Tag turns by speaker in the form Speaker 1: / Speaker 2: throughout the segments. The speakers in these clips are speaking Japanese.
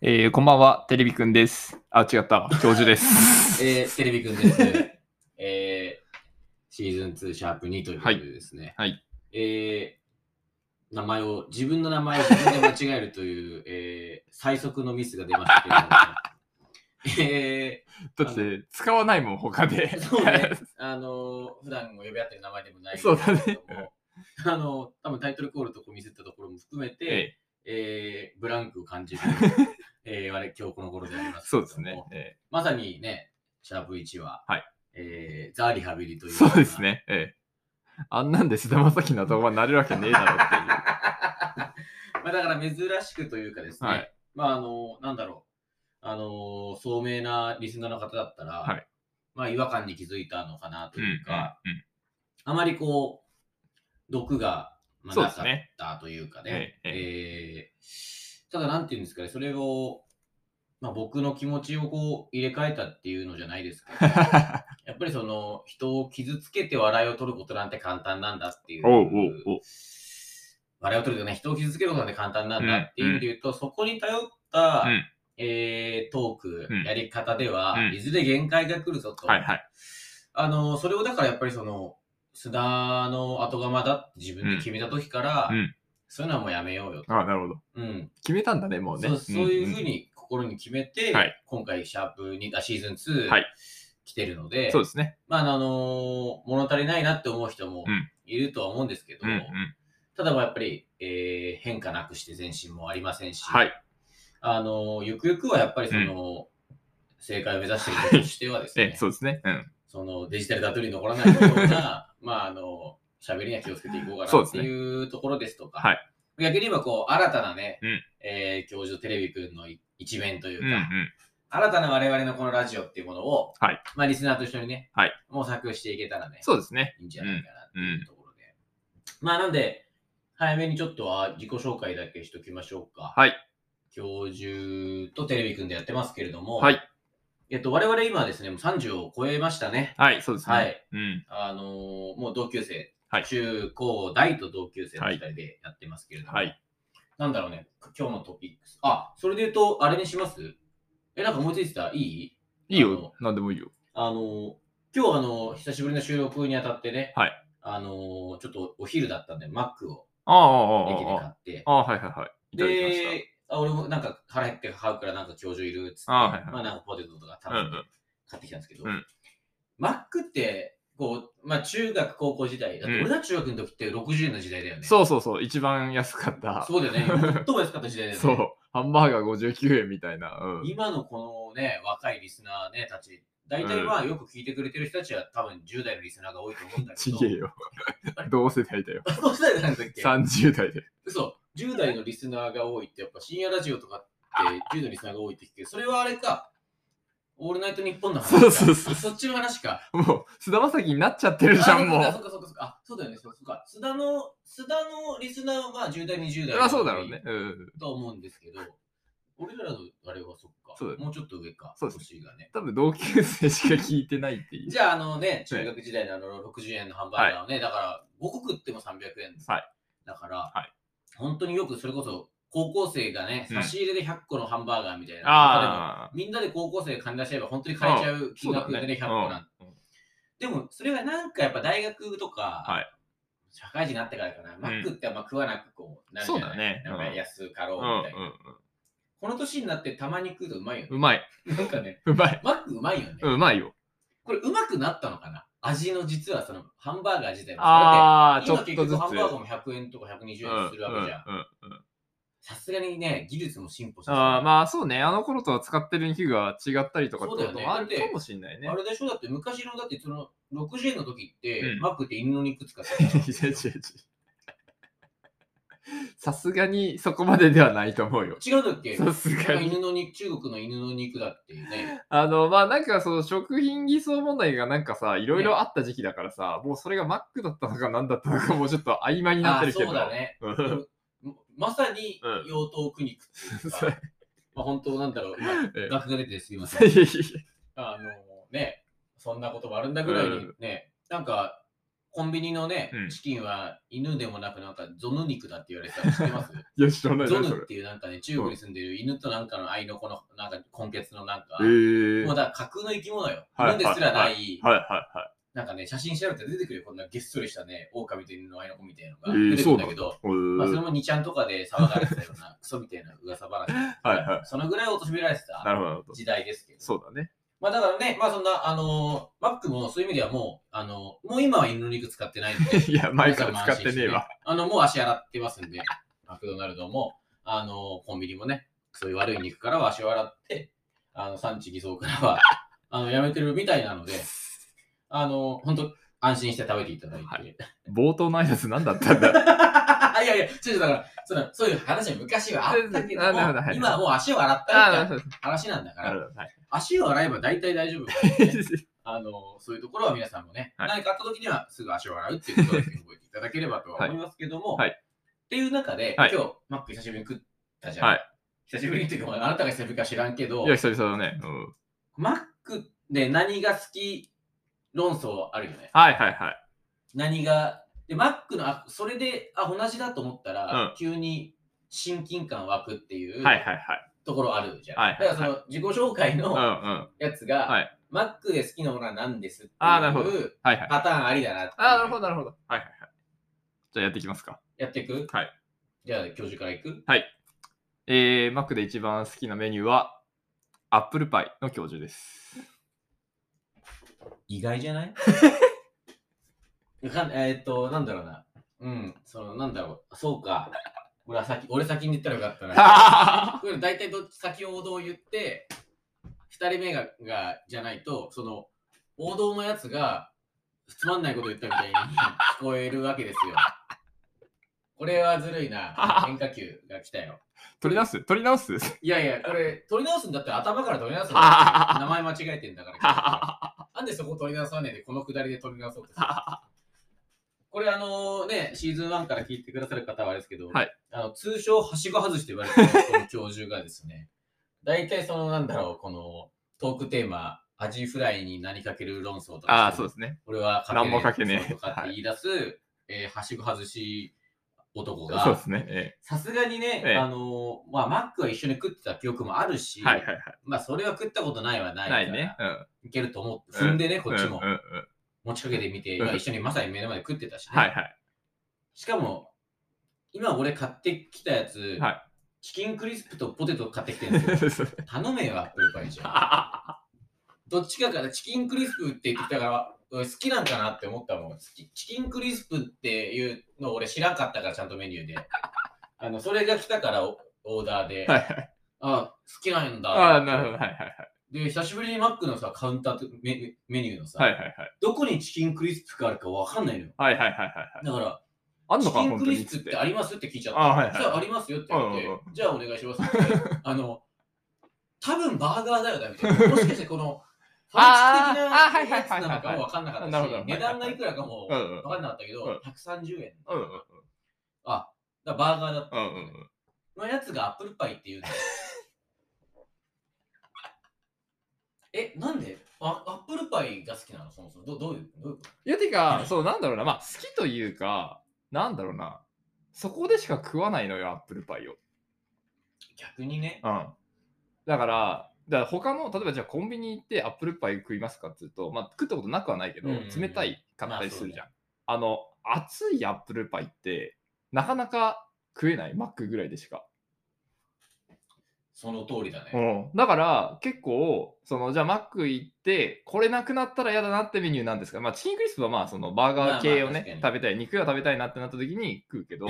Speaker 1: えー、こんばんは、テレビくんです。あ、違った、教授です。
Speaker 2: えー、テレビくんです。えー、シーズン2シャープ2ということでですね。
Speaker 1: はいはい
Speaker 2: えー、名前を、自分の名前を自分で間違えるという、えー、最速のミスが出ましたけれども、え
Speaker 1: だって、使わないもん、他で。
Speaker 2: ー、そうね、あのー、普段も呼び合ってる名前でもな い
Speaker 1: そうだね
Speaker 2: けれども。あのー、多分タイトルコールとこ見せたところも含めて、
Speaker 1: え
Speaker 2: えーブランクを感 じる、えー、我々今日この頃でありますけ
Speaker 1: そう
Speaker 2: れど
Speaker 1: で
Speaker 2: も
Speaker 1: すね。え
Speaker 2: まさにね、シャープ1は、
Speaker 1: はい
Speaker 2: えーザ・リハビリとい
Speaker 1: ー
Speaker 2: う。
Speaker 1: そうです。ね。えーあんなんで菅田将暉の頭になるわけねえだろっていう。
Speaker 2: まあだから珍しくというかですね、
Speaker 1: はい
Speaker 2: まああの、なんだろう、あの、聡明なリスナーの方だったら、
Speaker 1: はい
Speaker 2: まあ違和感に気づいたのかなと
Speaker 1: うん
Speaker 2: いうか、
Speaker 1: うん
Speaker 2: あまりこう、毒が、まあ
Speaker 1: そう
Speaker 2: な
Speaker 1: です
Speaker 2: かっ
Speaker 1: ね
Speaker 2: たというかね、
Speaker 1: ええ
Speaker 2: えーただなんていうんですかね、それを、まあ僕の気持ちをこう入れ替えたっていうのじゃないですけど、やっぱりその人を傷つけて笑いを取ることなんて簡単なんだっていう。
Speaker 1: おうおうおう
Speaker 2: 笑いを取るとね、人を傷つけることなんて簡単なんだっていう意味で言うと、そこに頼った、
Speaker 1: うん
Speaker 2: えートーク、
Speaker 1: うん
Speaker 2: やり方では、
Speaker 1: うん
Speaker 2: いずれ限界が来るぞと。
Speaker 1: はいはい。
Speaker 2: あの、それをだからやっぱりその、須田の後釜だって自分で決めた時から、
Speaker 1: うんうん
Speaker 2: そういうのはもうやめようよと。
Speaker 1: あなるほど。
Speaker 2: うん。
Speaker 1: 決めたんだね、もうね。
Speaker 2: そうそういうふ
Speaker 1: に。
Speaker 2: うに心に決めて、
Speaker 1: はい
Speaker 2: 今回シャープにあ、シーズン2、
Speaker 1: はい
Speaker 2: 来てるので、
Speaker 1: そうですね。
Speaker 2: まあ、あの物足りないなって思う人も
Speaker 1: うん
Speaker 2: いるとは思うんですけど、
Speaker 1: うんうん。
Speaker 2: ただまあやっぱり、えー変化なくして前進もありませんし、
Speaker 1: はい。
Speaker 2: あのゆくゆくはやっぱりその、正解を目指している人としてはです
Speaker 1: えー
Speaker 2: ね、
Speaker 1: そうですね。うん。
Speaker 2: そのデジタルタトゥーに残らないような、 まああの、喋りには気をつけていこうか
Speaker 1: そうで
Speaker 2: なっ
Speaker 1: す
Speaker 2: て
Speaker 1: ね
Speaker 2: いうところですとか、
Speaker 1: はい
Speaker 2: 逆に言えばこう、新たなね、
Speaker 1: うん
Speaker 2: えー教授テレビくんの一面という
Speaker 1: うん
Speaker 2: か、
Speaker 1: うん。
Speaker 2: 新たな我々のこのラジオっていうものを、
Speaker 1: はい
Speaker 2: まあリスナーと一緒にね、
Speaker 1: はい
Speaker 2: 模索していけたらね、
Speaker 1: そうですね。
Speaker 2: いいんじゃないかなっていうところで。まあなんで、早めにちょっとあ自己紹介だけしときましょうか。
Speaker 1: はい。
Speaker 2: 教授とテレビくんでやってますけれども、
Speaker 1: はい。
Speaker 2: えっと、我々今ですね、もう30を超えましたね。
Speaker 1: はい、そうですね。
Speaker 2: はい。
Speaker 1: うん。
Speaker 2: あのーもう同級生、
Speaker 1: はい
Speaker 2: 中高大と同級生の2人でやってますけれども、
Speaker 1: はい。
Speaker 2: なんだろうね、今日のトピックス。あ、それで言うと、あれにしますえ、なんか思いついてたいい
Speaker 1: いいよ。なんでもいいよ。
Speaker 2: あの、今日あの、久しぶりの収録にあたってね、
Speaker 1: はい
Speaker 2: あの、ちょっとお昼だったんで、マックを
Speaker 1: ああ、
Speaker 2: 駅で
Speaker 1: ああ、
Speaker 2: 買
Speaker 1: あ
Speaker 2: って、
Speaker 1: あ。ああ、はいはいはい。いただきました。
Speaker 2: で、あ俺もなんか腹減って買うからなんか教授いるっつっ
Speaker 1: あ
Speaker 2: て、
Speaker 1: はいはい
Speaker 2: まあなんかポテトとか
Speaker 1: うんう
Speaker 2: 頼んで
Speaker 1: ん。
Speaker 2: 買ってきたんですけど、
Speaker 1: うん
Speaker 2: マックって、こう、まあ中学、高校時代、だって
Speaker 1: うん
Speaker 2: 俺ら中学の時って60円の時代だよね。
Speaker 1: そうそうそう、一番安かった。
Speaker 2: そうだよね。最も安かった時代だよ ね。
Speaker 1: そう、ハンバーガー59円みたいな。うん、
Speaker 2: 今のこのね、若いリスナーね、たち、大体まあよく聞いてくれてる人たちは多分10代のリスナーが多いと思うんだ け
Speaker 1: ち
Speaker 2: ど、
Speaker 1: げえよ。同世代だよ。
Speaker 2: どうしたらなんだっけ
Speaker 1: 30代で。
Speaker 2: 嘘10代のリスナーが多いってやっぱ深夜ラジオとかって10代のリスナーが多いって聞くけどそれはあれかオールナイトニッポンの話か
Speaker 1: そうそうそう
Speaker 2: あそっちの話か
Speaker 1: もう、菅田将暉になっちゃってるじゃん、もう。
Speaker 2: あそっかそっかそっかあそうだよねそうそうか須田の須田のリスナーはまあ10代20代
Speaker 1: まあそうだろうね。うん。
Speaker 2: とは思うんですけど俺らのあれはそっか
Speaker 1: そうだね
Speaker 2: もうちょっと上か
Speaker 1: そうです
Speaker 2: 年がね
Speaker 1: 多分同級生しか聞いてないっていう。
Speaker 2: じゃあ、あのね、中学時代のあの60円のハンバーガーをね、だから5個食っても300円です。
Speaker 1: はい
Speaker 2: だから、
Speaker 1: はい
Speaker 2: 本当によくそれこそ高校生がね、
Speaker 1: うん
Speaker 2: 差し入れで100個のハンバーガーみたいな。
Speaker 1: ああ。
Speaker 2: みんなで高校生が買い出しちゃえば本当に買えちゃ
Speaker 1: そ
Speaker 2: う金
Speaker 1: うだ
Speaker 2: 額
Speaker 1: ね
Speaker 2: で。ね、100個なんて。
Speaker 1: うん
Speaker 2: でも、それはなんかやっぱ大学とか、
Speaker 1: は
Speaker 2: 社会人になってからかな、マックってあんま食わなくこうなるじゃ
Speaker 1: そう
Speaker 2: ない
Speaker 1: だね
Speaker 2: なんか
Speaker 1: うん
Speaker 2: 安かろ
Speaker 1: う
Speaker 2: うん
Speaker 1: うん
Speaker 2: みたいな。この年になってたまに食うとうまいよ
Speaker 1: うん。
Speaker 2: ね。
Speaker 1: うまい。
Speaker 2: なんかね、
Speaker 1: うまい。
Speaker 2: マックうまいよね。
Speaker 1: うんうまいよ。
Speaker 2: これうまくなったのかな味の実はそのハンバーガー自体も
Speaker 1: ああ、ちょ
Speaker 2: 今
Speaker 1: っ
Speaker 2: 結
Speaker 1: とずつ。
Speaker 2: 局ハンバーガーも100円とか120円するわけじゃん。
Speaker 1: うんうんうんうん
Speaker 2: さすがにね、技術も進歩して
Speaker 1: ああまあそうね、あの頃とは使ってる器具が違ったりとかってこともある
Speaker 2: そうだよねだって
Speaker 1: かもしれないね
Speaker 2: あ。れでしょだって昔の、だってその60円の時って、
Speaker 1: うん
Speaker 2: マックって犬の肉使って
Speaker 1: い
Speaker 2: た
Speaker 1: や
Speaker 2: から
Speaker 1: 違 う違う違うさすがにそこまでではないと思うよ。
Speaker 2: 違うんだっけ
Speaker 1: さすがに。
Speaker 2: 犬の肉、中国の犬の肉だっていうね。
Speaker 1: あの、まあ、なんかその食品偽装問題がなんかさ、いろいろあった時期だからさ、もうそれがマックだったのか何だったのかもうちょっと曖昧になっ
Speaker 2: あ
Speaker 1: て
Speaker 2: あ、
Speaker 1: るけ
Speaker 2: そ
Speaker 1: ど。
Speaker 2: うだね。
Speaker 1: うん
Speaker 2: まさに
Speaker 1: うん
Speaker 2: 妖刀苦肉っ ていうか、まあ本当なんだろう、今
Speaker 1: ええ
Speaker 2: 額が出てすみません
Speaker 1: い。やいやい
Speaker 2: あのね、そんなこともあるんだぐらいにね、なんか、コンビニのね、
Speaker 1: うん
Speaker 2: チキンは犬でもなくなんかゾヌ肉だって言わ れてたの知ってます
Speaker 1: いや、知らない
Speaker 2: ゾ
Speaker 1: 何
Speaker 2: ヌ
Speaker 1: そ
Speaker 2: っ
Speaker 1: れ。
Speaker 2: ていうなんかね、中国に住んでる犬となんかの愛のこの、なんか根血のなんか、
Speaker 1: えー。は
Speaker 2: もう
Speaker 1: い
Speaker 2: だから架空の生き物よ。
Speaker 1: はい
Speaker 2: 犬ですらない、
Speaker 1: はいは
Speaker 2: なんかね、写真調べて出てくるよ、こんなげっそりしたね、狼と犬の愛の子みたいなの
Speaker 1: え
Speaker 2: が
Speaker 1: ー
Speaker 2: 出てくるんだけど、
Speaker 1: い。う
Speaker 2: まあ、それ
Speaker 1: ー
Speaker 2: も2ちゃんとかで騒がれてたような、クソみたいな噂話ですけど
Speaker 1: はいはい
Speaker 2: そのぐらい貶められて
Speaker 1: な
Speaker 2: た
Speaker 1: るほどなるほど。
Speaker 2: 時代ですけど、
Speaker 1: そうだね。
Speaker 2: まあだからね、まあそんな、あのーマックもそういう意味ではもう、あのもう今は犬の肉使ってないんで、
Speaker 1: いや、 前から使ってねえわ。
Speaker 2: あの、もう足洗ってますんで、マクドナルドも、あの、コンビニもね、そういう悪い肉からは足を洗って、あの、産地偽装からは、 あの、やめてるみたいなので、あの、本当安心して食べていただいて。、
Speaker 1: はい冒頭の挨拶何だったん だ
Speaker 2: や いや、ちょっとだから、そのそういう話は昔はあったけども
Speaker 1: あなるほどはい
Speaker 2: 今はもう足を洗ったみ
Speaker 1: あ
Speaker 2: たい
Speaker 1: な
Speaker 2: な
Speaker 1: るほど
Speaker 2: 話なんだ か
Speaker 1: な
Speaker 2: ら、
Speaker 1: るほど。はい
Speaker 2: 足を洗えば大 体大丈夫。 あの、そういうところは皆さんもね、
Speaker 1: はい
Speaker 2: 何かあった時にはすぐ足を洗うっていうことを覚えていただければとは思いますけども、
Speaker 1: はい
Speaker 2: っていう中で、
Speaker 1: はい
Speaker 2: 今日、マック久しぶりに食ったじゃん。
Speaker 1: はい
Speaker 2: 久しぶりっていうか、まああなたが久しぶりか知らんけど
Speaker 1: いや、、久々だね。うん。
Speaker 2: マックで何が好き論争あるよね。
Speaker 1: はいはいはい。
Speaker 2: 何が、で、マックの、あそれで、あ、同じだと思ったら、
Speaker 1: うん
Speaker 2: 急に親近感湧くっていう
Speaker 1: はいはいはい。
Speaker 2: ところあるじゃん。
Speaker 1: はいはいはい
Speaker 2: だからその自己紹介
Speaker 1: うん
Speaker 2: の
Speaker 1: うん。はい
Speaker 2: やつが、
Speaker 1: はい
Speaker 2: マックで好きなものは何ですっていう
Speaker 1: あーなるほどはい。
Speaker 2: パターンありだなっていう
Speaker 1: ああ、なるほど、なるほど。はいはいはい。じゃあやっていきますか。
Speaker 2: やっていく
Speaker 1: はい。
Speaker 2: じゃあ、教授からいく
Speaker 1: えー、マックで一番好きなメニューは、アップルパイの教授 です。
Speaker 2: 意外じゃない わかんえーっと、なんだろうな。うん、その、なんだろう。そうか。俺は先、俺先に言ったらよかったな。
Speaker 1: あ
Speaker 2: これ大体どっち先王道を言って、二人目ががじゃないと、その、王道のやつが、つまんないこと言ったみたいに 聞こえるわけですよ。これはずるい な。変化球が来たよ。
Speaker 1: 取り直す取り 直す
Speaker 2: いやいや、これ、取り直すんだったら頭から取り直すんだ よ名前間違えてんだから。なんでそこ取り直さねえで、このくだりで取り直そうとするこれ、あのね、シーズン1から聞いてくださる方はあれですけど、
Speaker 1: はい
Speaker 2: あの通称、はしご外しと言われてるこの教授がですね、 大体その、なんだろう、このトークテーマ、アジフライに何かける論争とか、
Speaker 1: ああ、そうですね。
Speaker 2: 俺は
Speaker 1: 何もかけねえ
Speaker 2: そうとかって言い出す、えーはしご外し男が、
Speaker 1: そうですね。え
Speaker 2: さすがにね、
Speaker 1: ええ
Speaker 2: あのーまあ、マックは一緒に食ってた記憶もあるし、
Speaker 1: ーはいはい
Speaker 2: まあ、それは食ったことないはな
Speaker 1: はいい。
Speaker 2: か
Speaker 1: な
Speaker 2: ら
Speaker 1: いね。うん。
Speaker 2: いけると思って、踏んでね、こっちも
Speaker 1: うんうんうん。
Speaker 2: 持ちかけてみて、
Speaker 1: うん
Speaker 2: まあ一緒にまさに目の前で食ってたし、ね
Speaker 1: はい はい。
Speaker 2: しかも、今俺買ってきたやつ、
Speaker 1: はい
Speaker 2: チキンクリスプとポテト買ってきてるんで すよ。頼めよ、アップルパイじゃん。どっちかからチキンクリスプって言ってきたから、俺好きなんかなって思ったもん。好きチキンクリスプっていうの俺知らんかったから、ちゃんとメ ニューで。あのそれが来たからオオーダーで、
Speaker 1: はいはい。
Speaker 2: あ、好きなんだ。
Speaker 1: ああ、なるほど。はいはいはい。
Speaker 2: で、久しぶりにマックのさ、カウンターとメメニューのさ、
Speaker 1: はいはいはい。
Speaker 2: どこにチキンクリスプがあるかわかんないのよ。
Speaker 1: はいはいはいはいはい。
Speaker 2: だから、
Speaker 1: あんの
Speaker 2: チ
Speaker 1: か、
Speaker 2: キン
Speaker 1: 本
Speaker 2: ク
Speaker 1: 当
Speaker 2: リ
Speaker 1: に。
Speaker 2: スプってありますって聞いちゃった。
Speaker 1: あはいはい
Speaker 2: じゃあ、ありますよって言って、
Speaker 1: うんうん
Speaker 2: じゃあお願いしますって 言って、あの、多分バーガーだよだみたい な。もしかしてこの、ファンチ的
Speaker 1: あーあーはい
Speaker 2: な
Speaker 1: はい
Speaker 2: やつ
Speaker 1: はいはい
Speaker 2: なのかもわかんなかっ
Speaker 1: な
Speaker 2: た
Speaker 1: る
Speaker 2: し
Speaker 1: ほど、
Speaker 2: 値段がいくらかも
Speaker 1: うんう
Speaker 2: わ
Speaker 1: ん。
Speaker 2: かんなかったけど、
Speaker 1: うん
Speaker 2: 130円。
Speaker 1: うんうんうん。
Speaker 2: あ、だからバーガーだった。
Speaker 1: うんうんうん。
Speaker 2: のやつがアップルパイっていうの。 え、なんであアップルパイが好きなのそもそも。どどういうどういうこと
Speaker 1: いや、てか、そう、なんだろうな、まあ、好きというか、なんだろうな、そこでしか食わないのよ、アップルパイを。
Speaker 2: 逆にね。
Speaker 1: うん。だから、だから他の、例えばじゃあコンビニ行ってアップルパイ食いますかっていうと、まあ、食ったことなくはないけど、
Speaker 2: うんうんうん
Speaker 1: 冷たいかったりするじゃん。あの、熱いアップルパイって、なかなか食えない、マックぐらいでしか。
Speaker 2: その通りだね。
Speaker 1: うん、だから結構そのじゃあマック行ってこれなくなったら嫌だなってメニューなんですか、まあ、チキンクリスプはまあそのバーガー系を
Speaker 2: まあまあ
Speaker 1: ね、
Speaker 2: 確かに
Speaker 1: 食べたい肉が食べたいなってなった時に食うけど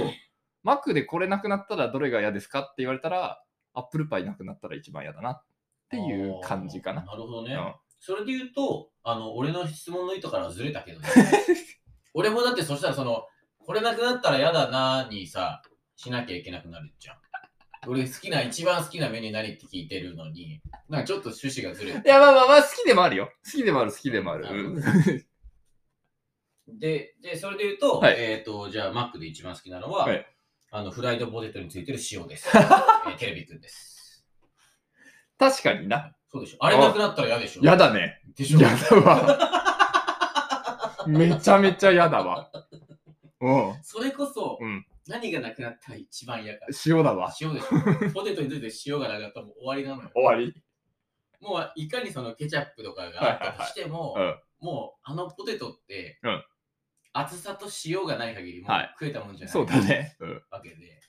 Speaker 1: マックでこれなくなったらどれが嫌ですかって言われたらアップルパイなくなったら一番嫌だなっていう感じか
Speaker 2: あ
Speaker 1: な
Speaker 2: ー。なるほどね。
Speaker 1: うん
Speaker 2: それで言うと、あの、俺の質問の意図からはずれたけ どね。俺もだってそしたらその、これなくなったら嫌だなーにさ、しなきゃいけなくなるじゃん。俺好きな、一番好きなメニュー何って聞いてるのに、なんかちょっと趣旨がずれ
Speaker 1: い
Speaker 2: て
Speaker 1: やまあまあまあ好きでもあるよ。好きでもある好きでもある。
Speaker 2: なるほ
Speaker 1: うん
Speaker 2: で、で、それで言うと、
Speaker 1: はい
Speaker 2: えっ、と、じゃあ、マックで一番好きなのは、
Speaker 1: はい
Speaker 2: あの、フライドポテトについてる塩 です。えーテレビくんです。
Speaker 1: 確かにな。
Speaker 2: そうでしょ。あれなくなったら嫌でしょ。
Speaker 1: 嫌だね。
Speaker 2: でしょ
Speaker 1: 嫌だわ。めちゃめちゃ嫌だわ。うん。
Speaker 2: それこそ、
Speaker 1: うん
Speaker 2: 何がなくなったら一番嫌か。
Speaker 1: 塩だわ。
Speaker 2: 塩で しょ。ポテトについて塩がなくなったらもう終わりなのよ。
Speaker 1: 終わり。
Speaker 2: もういかにそのケチャップとかがあったとしても、
Speaker 1: はいはいはい
Speaker 2: もうあのポテトって、
Speaker 1: うん
Speaker 2: 厚さと塩がない限りもう
Speaker 1: はい
Speaker 2: 食えたもんじゃない、
Speaker 1: そうだね。うん。
Speaker 2: わけで、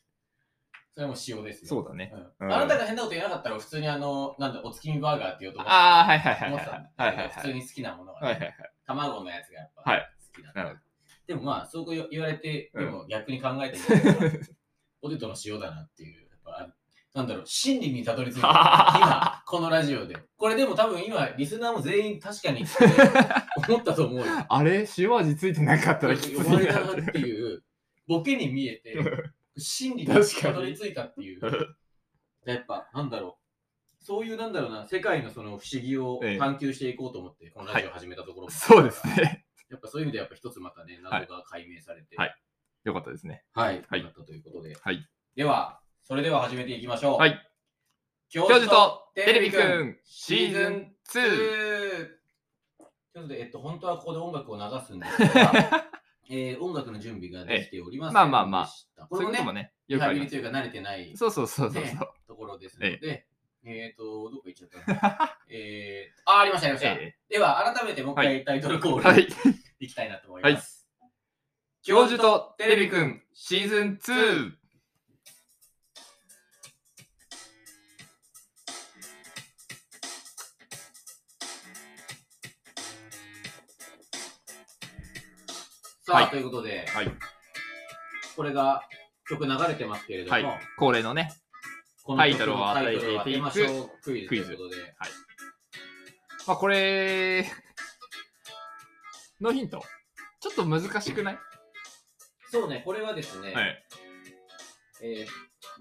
Speaker 2: それはもう塩ですよ。
Speaker 1: そうだね。
Speaker 2: う
Speaker 1: うん
Speaker 2: ん、あなたが変なこと言わなかったら普通にあの、なんだ、お月見バーガーっていうとこ
Speaker 1: ああ、はいはいはい
Speaker 2: 思
Speaker 1: は
Speaker 2: っ
Speaker 1: い
Speaker 2: てたんだ。
Speaker 1: はいはいはい。
Speaker 2: 普通に好きなものはね、
Speaker 1: はいはいはい。
Speaker 2: 卵のやつがやっぱ
Speaker 1: は
Speaker 2: 好きだ、
Speaker 1: なるほ
Speaker 2: でもまあ、そう言う言われて、
Speaker 1: うん
Speaker 2: でも逆に考えてみたら、ポテトの塩だなっていう、やっぱなんだろう、真理にた どり着いた。今、このラジオで。これでも多分今、リスナーも全員確 かにって思ったと思うよ。
Speaker 1: あれ塩味ついてなかったらきつい
Speaker 2: 呼ばれた
Speaker 1: なっ。
Speaker 2: なって ていう、ボケに見えて、真理に
Speaker 1: 確か
Speaker 2: た
Speaker 1: に
Speaker 2: どり着いたっていう。やっぱ、なんだろう。そういう、なんだろうな、世界のその不思議を
Speaker 1: ええ
Speaker 2: 探求していこうと思って、このラジオを始めたところも
Speaker 1: そうですね。
Speaker 2: やっぱそういう意味で、やっぱ一つまたね、謎が解明されて、
Speaker 1: はいよかったですね。
Speaker 2: はい、
Speaker 1: はい
Speaker 2: よかったということで。
Speaker 1: はい
Speaker 2: では、それでは始めていきましょう。
Speaker 1: はい。
Speaker 2: 教
Speaker 1: 教
Speaker 2: 授
Speaker 1: 授と
Speaker 2: と
Speaker 1: テ
Speaker 2: テ
Speaker 1: レ
Speaker 2: レ
Speaker 1: ビ
Speaker 2: ビ
Speaker 1: く
Speaker 2: くん、
Speaker 1: んシーズン2。
Speaker 2: ということで、えっと、本当はここで音楽を流すんです が、えー音楽の準備ができておりま
Speaker 1: え
Speaker 2: す、
Speaker 1: えまあまあまあ
Speaker 2: あ。こ
Speaker 1: そうい
Speaker 2: れ
Speaker 1: う
Speaker 2: も
Speaker 1: ことも
Speaker 2: ね、
Speaker 1: ね、
Speaker 2: リ
Speaker 1: よく
Speaker 2: ハ
Speaker 1: あり
Speaker 2: ビ
Speaker 1: ま
Speaker 2: リ
Speaker 1: す
Speaker 2: というか慣れてない
Speaker 1: そうそうそうそう
Speaker 2: ね
Speaker 1: そう。
Speaker 2: ところですので、えっ、と、どこ行っちゃったの えー、あ、ありました、ありました。
Speaker 1: え
Speaker 2: では、改めてもう一回タイトルコー
Speaker 1: え
Speaker 2: ル、
Speaker 1: はい。
Speaker 2: いきたいなと思い ます。
Speaker 1: 教授とテレビくんシーズン 2!
Speaker 2: さ
Speaker 1: は
Speaker 2: あ、
Speaker 1: い
Speaker 2: ということで、
Speaker 1: はい
Speaker 2: これが曲流れてますけれども、
Speaker 1: はい恒例のね、
Speaker 2: この
Speaker 1: タイトルを
Speaker 2: 曲の
Speaker 1: 与
Speaker 2: タ
Speaker 1: え
Speaker 2: イト
Speaker 1: てい
Speaker 2: ルを
Speaker 1: く
Speaker 2: 当てましょうクイズということで、
Speaker 1: まあこれ、のヒント。ちょっと難しくない
Speaker 2: そうね、これはですね、
Speaker 1: はい。
Speaker 2: えー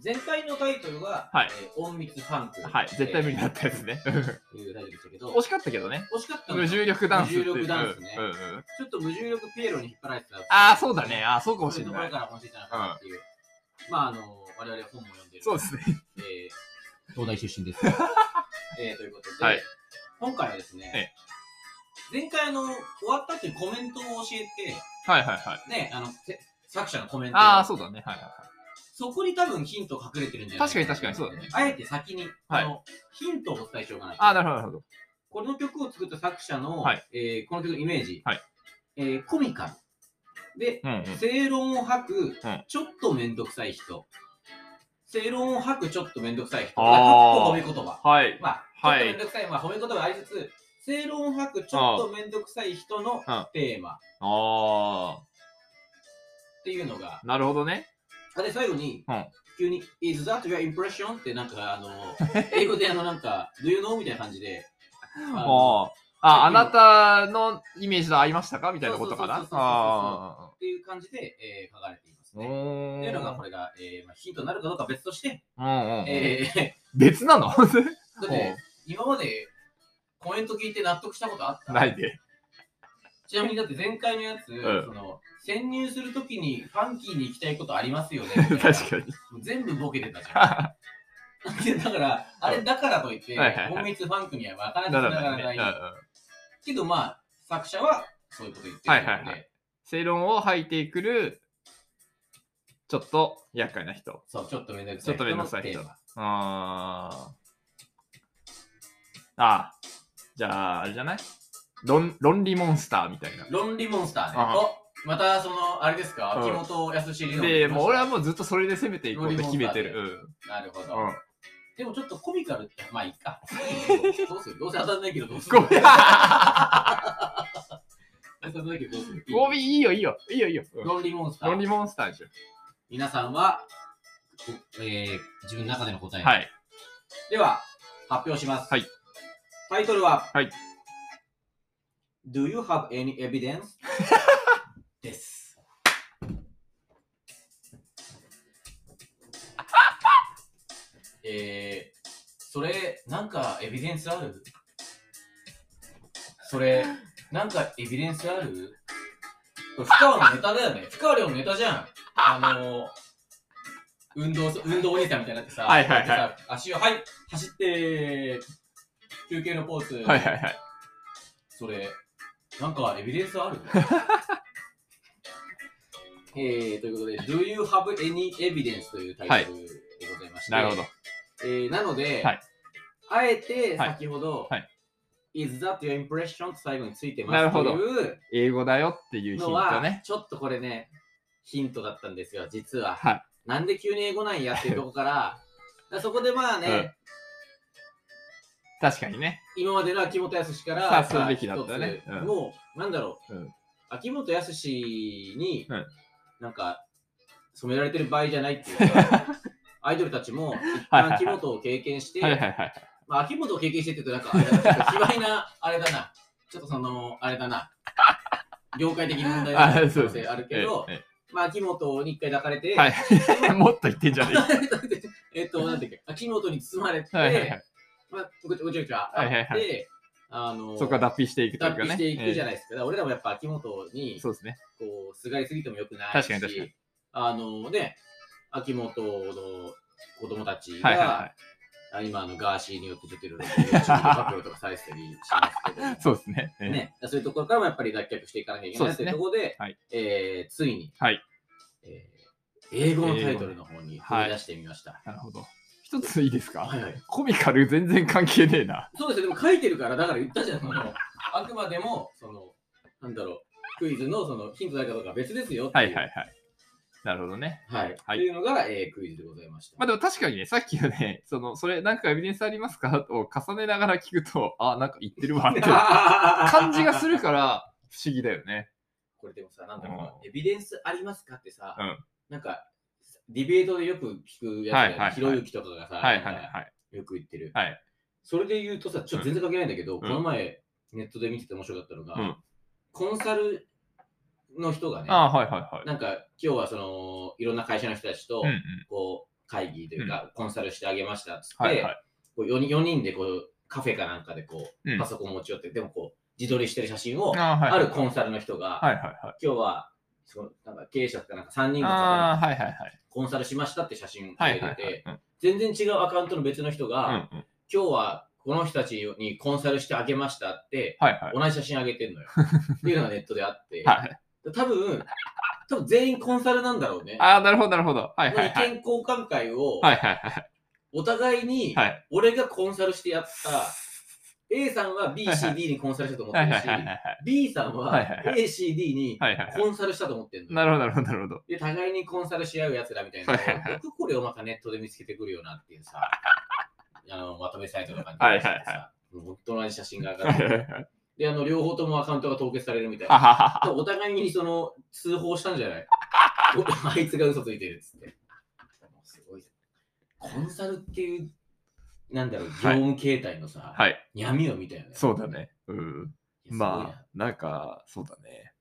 Speaker 2: 前回のタイトルは、
Speaker 1: はい
Speaker 2: えー隠密パンク、
Speaker 1: はい。絶対無理だったやつね。
Speaker 2: というタイトルでしたけど、
Speaker 1: 惜しかったけどね。
Speaker 2: 惜しかったの
Speaker 1: 無
Speaker 2: ちょ
Speaker 1: 重力ダンスっていう。
Speaker 2: 無重力ダンスね
Speaker 1: うんうんうん
Speaker 2: っと無重力ピエロに引っ張られてた。
Speaker 1: ああ、そうだね。。ああ、そうかもし
Speaker 2: そうい
Speaker 1: れ
Speaker 2: うとこ
Speaker 1: な
Speaker 2: ろ
Speaker 1: い。
Speaker 2: から本質じゃなかったっていう。まあ、あの、我々本も読んでる。
Speaker 1: そうですね。
Speaker 2: えー東大出身です。 えーということで、
Speaker 1: はい
Speaker 2: 今回はですね、前回あの終わったっていうコメントを教え
Speaker 1: はいはいはい。
Speaker 2: て、ね、あのせ作者のコメン ト
Speaker 1: ああ、そうだね。はいはいはい。
Speaker 2: そこに多分ヒント隠れてるんじゃないな
Speaker 1: 確かに確かにそうだね
Speaker 2: あえて先に、
Speaker 1: はい
Speaker 2: あのヒントをお伝えしようかなと
Speaker 1: ああ、なるほどなるほど。
Speaker 2: この曲を作った作者の、
Speaker 1: はい
Speaker 2: えーこの曲のイメージ、
Speaker 1: はい
Speaker 2: えーコミカルで、
Speaker 1: うんうん。
Speaker 2: 正論を吐く
Speaker 1: ん、
Speaker 2: ちょっとめんどくさい人。正論を吐く、ちょっとめんどくさい人。
Speaker 1: あ
Speaker 2: か
Speaker 1: ー
Speaker 2: っこ褒め言葉。
Speaker 1: はい。
Speaker 2: まあ、
Speaker 1: はい
Speaker 2: ちょっとめんどくさい、まあ、褒め言葉がありつつ、正論を吐く、ちょっとめんどくさい人の
Speaker 1: ああ
Speaker 2: テーマっ
Speaker 1: あ
Speaker 2: ていうのが、
Speaker 1: あ、なるほどね。
Speaker 2: あれ最後に、
Speaker 1: うん
Speaker 2: 急に、Is that your impression? って、なん か、あの、英語であの、なんか、Do you know? みたいな感じで、あ
Speaker 1: あ
Speaker 2: の
Speaker 1: ーあ、あなたのイメージと合いましたかみたいなことか
Speaker 2: そう
Speaker 1: な
Speaker 2: そう。そうそうそう
Speaker 1: あ
Speaker 2: っていう感じで、えー書かれています
Speaker 1: あ。う
Speaker 2: ね。っていうのが、
Speaker 1: ー
Speaker 2: これが、えーまあ、ヒントになるかどうかは別として、
Speaker 1: ん。
Speaker 2: えー
Speaker 1: 別なの
Speaker 2: だって、今までコメント聞いて納得したことあった
Speaker 1: ない で。
Speaker 2: ちなみにだって前回のやつ、
Speaker 1: ん
Speaker 2: その潜入するときにファンキーに行きたいことありますよね
Speaker 1: 確か に。
Speaker 2: に全部ボケてたじゃん だからあれだからといって
Speaker 1: はいはいはい
Speaker 2: 隠密ファンクには分から
Speaker 1: な
Speaker 2: な
Speaker 1: ら
Speaker 2: くなら
Speaker 1: ない
Speaker 2: な
Speaker 1: ね。うんう
Speaker 2: い
Speaker 1: ん
Speaker 2: けどまあ作者はそういうこと言ってるので、
Speaker 1: はいはいは正論を吐いてくる、ちょっと厄介な人。
Speaker 2: そうちょっとめんどく
Speaker 1: ち
Speaker 2: さ
Speaker 1: ょ
Speaker 2: い
Speaker 1: っと面倒くさい
Speaker 2: 人
Speaker 1: 人
Speaker 2: のテーマ。
Speaker 1: ああ。ああ。じゃあ、あれじゃない論論理モンスターみたいな。
Speaker 2: 論理モンスターね
Speaker 1: あ
Speaker 2: おまたそのあれですか
Speaker 1: うん
Speaker 2: 秋元康理論
Speaker 1: で、もう俺は
Speaker 2: う
Speaker 1: もうずっとそれで攻めていこうと決めて
Speaker 2: 論
Speaker 1: る。
Speaker 2: なるほど、
Speaker 1: うん。うん。
Speaker 2: でもちょっとコミカルって、まあいいか。どうするどうせ当たんないけどどうする
Speaker 1: ゴ
Speaker 2: ど
Speaker 1: ミ
Speaker 2: うせ当たんないけどどうする
Speaker 1: ゴミいいよいいよ。いいよいいよ。うん
Speaker 2: 論理モンスタ
Speaker 1: 論
Speaker 2: ー。
Speaker 1: 理モンスターでしょ。
Speaker 2: 皆さんは、おえー自分の中での答え。
Speaker 1: はい。
Speaker 2: では、発表します。
Speaker 1: はい
Speaker 2: タイトルは、
Speaker 1: はい。
Speaker 2: Do you have any evidence? です。えー、それ、なんかエビデンスあるそれ、なんかエビデンスあるこれ、深川のネタだよね。深川亮のネタじゃん。あのー、運動、運動お兄さんみたいになってさ、
Speaker 1: はいはいはい
Speaker 2: こうやってさ足を、はい、走って、休憩のポーズ。
Speaker 1: はいはいはい。
Speaker 2: それ、なんかエビデンス あるえー、ということで、Do you have any evidence というタイトルでございまして、
Speaker 1: なるほど。
Speaker 2: えーなので、
Speaker 1: はい
Speaker 2: あえて先ほど、
Speaker 1: はい
Speaker 2: Is that your impression? と最後についてま
Speaker 1: なる
Speaker 2: す
Speaker 1: ほ
Speaker 2: と
Speaker 1: ど
Speaker 2: いう
Speaker 1: 英語だよっていうヒン
Speaker 2: の
Speaker 1: ト
Speaker 2: は、
Speaker 1: ね。
Speaker 2: ちょっとこれね、ヒントだったんですよ、実は。
Speaker 1: はい。
Speaker 2: なんで急に英語なんやっていうと こから、だからそこでまあね、
Speaker 1: うん確かにね。
Speaker 2: 今までの秋元康から、
Speaker 1: さあするべきだったよね
Speaker 2: 一つ
Speaker 1: うん
Speaker 2: もう、なんだろう、
Speaker 1: うん
Speaker 2: 秋元康に、
Speaker 1: うん
Speaker 2: なんか、染められてる場合じゃないっていう か、アイドルたちも、一旦秋元を経験して、
Speaker 1: はいはいはい。
Speaker 2: まあ、秋元を経験してって言うと、なんか、あれだなちょっと卑猥な、あれだな、ちょっとその、あれだな、業界的な問題がある可能性あるけど、
Speaker 1: ええ
Speaker 2: まあ、秋元に一回抱かれて、
Speaker 1: はい もっと言ってんじゃねえか。
Speaker 2: えっと、なんだっけ、秋元に包まれて、
Speaker 1: はいはいはい
Speaker 2: まあ、ごちゃごちゃごちゃ
Speaker 1: はいはいは
Speaker 2: あっ
Speaker 1: い
Speaker 2: て、あの、
Speaker 1: そこは脱皮していくという
Speaker 2: 脱
Speaker 1: か
Speaker 2: 皮
Speaker 1: ね。
Speaker 2: していくじゃ
Speaker 1: え
Speaker 2: ないですか。だから俺らもやっぱ秋元
Speaker 1: え
Speaker 2: に
Speaker 1: そうですね。
Speaker 2: こうすがりすぎてもよくない
Speaker 1: 確
Speaker 2: し、
Speaker 1: かに確かに
Speaker 2: あのね、秋元の子供たちが、
Speaker 1: はいはいは
Speaker 2: あ今あのガーシーによってちょっといろいろ YouTube 暴露とかされてたりします
Speaker 1: い。
Speaker 2: け
Speaker 1: そうですね。ええ
Speaker 2: ど、ね、そういうところからもやっぱり脱却していかなきゃいけない
Speaker 1: そう
Speaker 2: と
Speaker 1: です
Speaker 2: い
Speaker 1: ね
Speaker 2: うところで、
Speaker 1: はい
Speaker 2: えーついに、
Speaker 1: はい
Speaker 2: えー英語のタイトルの方に踏み出してみました。
Speaker 1: なるほど。一ついいですか
Speaker 2: はいはい
Speaker 1: コミカル全然関係ねえな。
Speaker 2: そうですよ、でも書いてるから、だから言ったじゃん、その、あくまでも、その、なんだろう、クイズのそのヒントだけとか別ですよって。
Speaker 1: はいいうはいはい。なるほどね。
Speaker 2: はい。
Speaker 1: はい
Speaker 2: というのが、えークイズでございました。
Speaker 1: まあでも確かにね、さっきのね、その、それなんかエビデンスありますかを重ねながら聞くと、あ、なんか言ってる わって感じがするから、不思議だよね。
Speaker 2: これでもさ、なんだろうな
Speaker 1: う
Speaker 2: エビデンスありますかってさ、
Speaker 1: うん
Speaker 2: なんか、ディベートでよく聞くやつだよ
Speaker 1: はい
Speaker 2: ね
Speaker 1: はいはい
Speaker 2: ひろゆきとかがさ、
Speaker 1: はいはい
Speaker 2: なんか
Speaker 1: はい。
Speaker 2: よく言ってる。
Speaker 1: はい
Speaker 2: それで言うとさ、ちょっと全然関係ないんだけど、
Speaker 1: ん
Speaker 2: この前、ネットで見てて面白かったのが、
Speaker 1: うん
Speaker 2: コンサルの人がね、
Speaker 1: あはいはいはい。
Speaker 2: なんか、今日はその、いろんな会社の人たちと、
Speaker 1: うんうん。
Speaker 2: こう、会議というか、コンサルしてあげましたっつって、
Speaker 1: はいはい。
Speaker 2: こう 4, 人4人でこうカフェかなんかでこう、
Speaker 1: うん
Speaker 2: パソコン持ち寄って、でもこう自撮りしてる写真を、
Speaker 1: あはい
Speaker 2: あるコンサルの人が、
Speaker 1: はいはいはい。
Speaker 2: 今日はそのなんか経営者とかなんか3人の方に
Speaker 1: ああ、はいはいはい。
Speaker 2: コンサルしましたって写真を
Speaker 1: は
Speaker 2: 上
Speaker 1: い
Speaker 2: げ
Speaker 1: は
Speaker 2: て
Speaker 1: い
Speaker 2: て、
Speaker 1: はい。うん
Speaker 2: 全然違うアカウントの別の人が、
Speaker 1: うんうん。
Speaker 2: 今日はこの人たちにコンサルしてあげましたって、
Speaker 1: はいはい。
Speaker 2: 同じ写真上げてんの よ。っていうのがネットであって、
Speaker 1: はい。
Speaker 2: 多分、多分全員コンサルなんだろうね。
Speaker 1: ああ、なるほどなるほど。はい
Speaker 2: の
Speaker 1: はい
Speaker 2: 意
Speaker 1: はい。
Speaker 2: 見交換会を、
Speaker 1: はいはいはい。
Speaker 2: お互いに、
Speaker 1: はい
Speaker 2: 俺がコンサルしてや った、A さんは B、C、D にコンサルしたと思って
Speaker 1: はい
Speaker 2: る
Speaker 1: はい
Speaker 2: し
Speaker 1: はい、はい。
Speaker 2: B さん
Speaker 1: は
Speaker 2: はい
Speaker 1: はいは
Speaker 2: A、C、D に
Speaker 1: はいはいはい。
Speaker 2: コンサルしたと思ってるのよ。
Speaker 1: なるほど、なるほど、なるほど。
Speaker 2: で、互いにコンサルし合うやつらみたいなのを
Speaker 1: はいはいは。
Speaker 2: 僕これをまたネットで見つけてくるよなってい うさ、あの、まとめサイトとかに
Speaker 1: はいはいは
Speaker 2: さ、もう本当に写真が上が
Speaker 1: は
Speaker 2: っ
Speaker 1: い
Speaker 2: て
Speaker 1: は
Speaker 2: て、
Speaker 1: いはい
Speaker 2: で、あの、両方ともアカウントが凍結されるみたい
Speaker 1: あ
Speaker 2: な。
Speaker 1: はは
Speaker 2: お互いにその、通報したんじ ゃないおあいつが嘘ついてるっつって。もうすごいぜコンサルっていう、なんだろう、業務形態のさ、
Speaker 1: は。はい。
Speaker 2: 闇を見たよね。
Speaker 1: そうだね。うん。
Speaker 2: いや。すごい
Speaker 1: ま
Speaker 2: な
Speaker 1: あ、なんか、そうだね。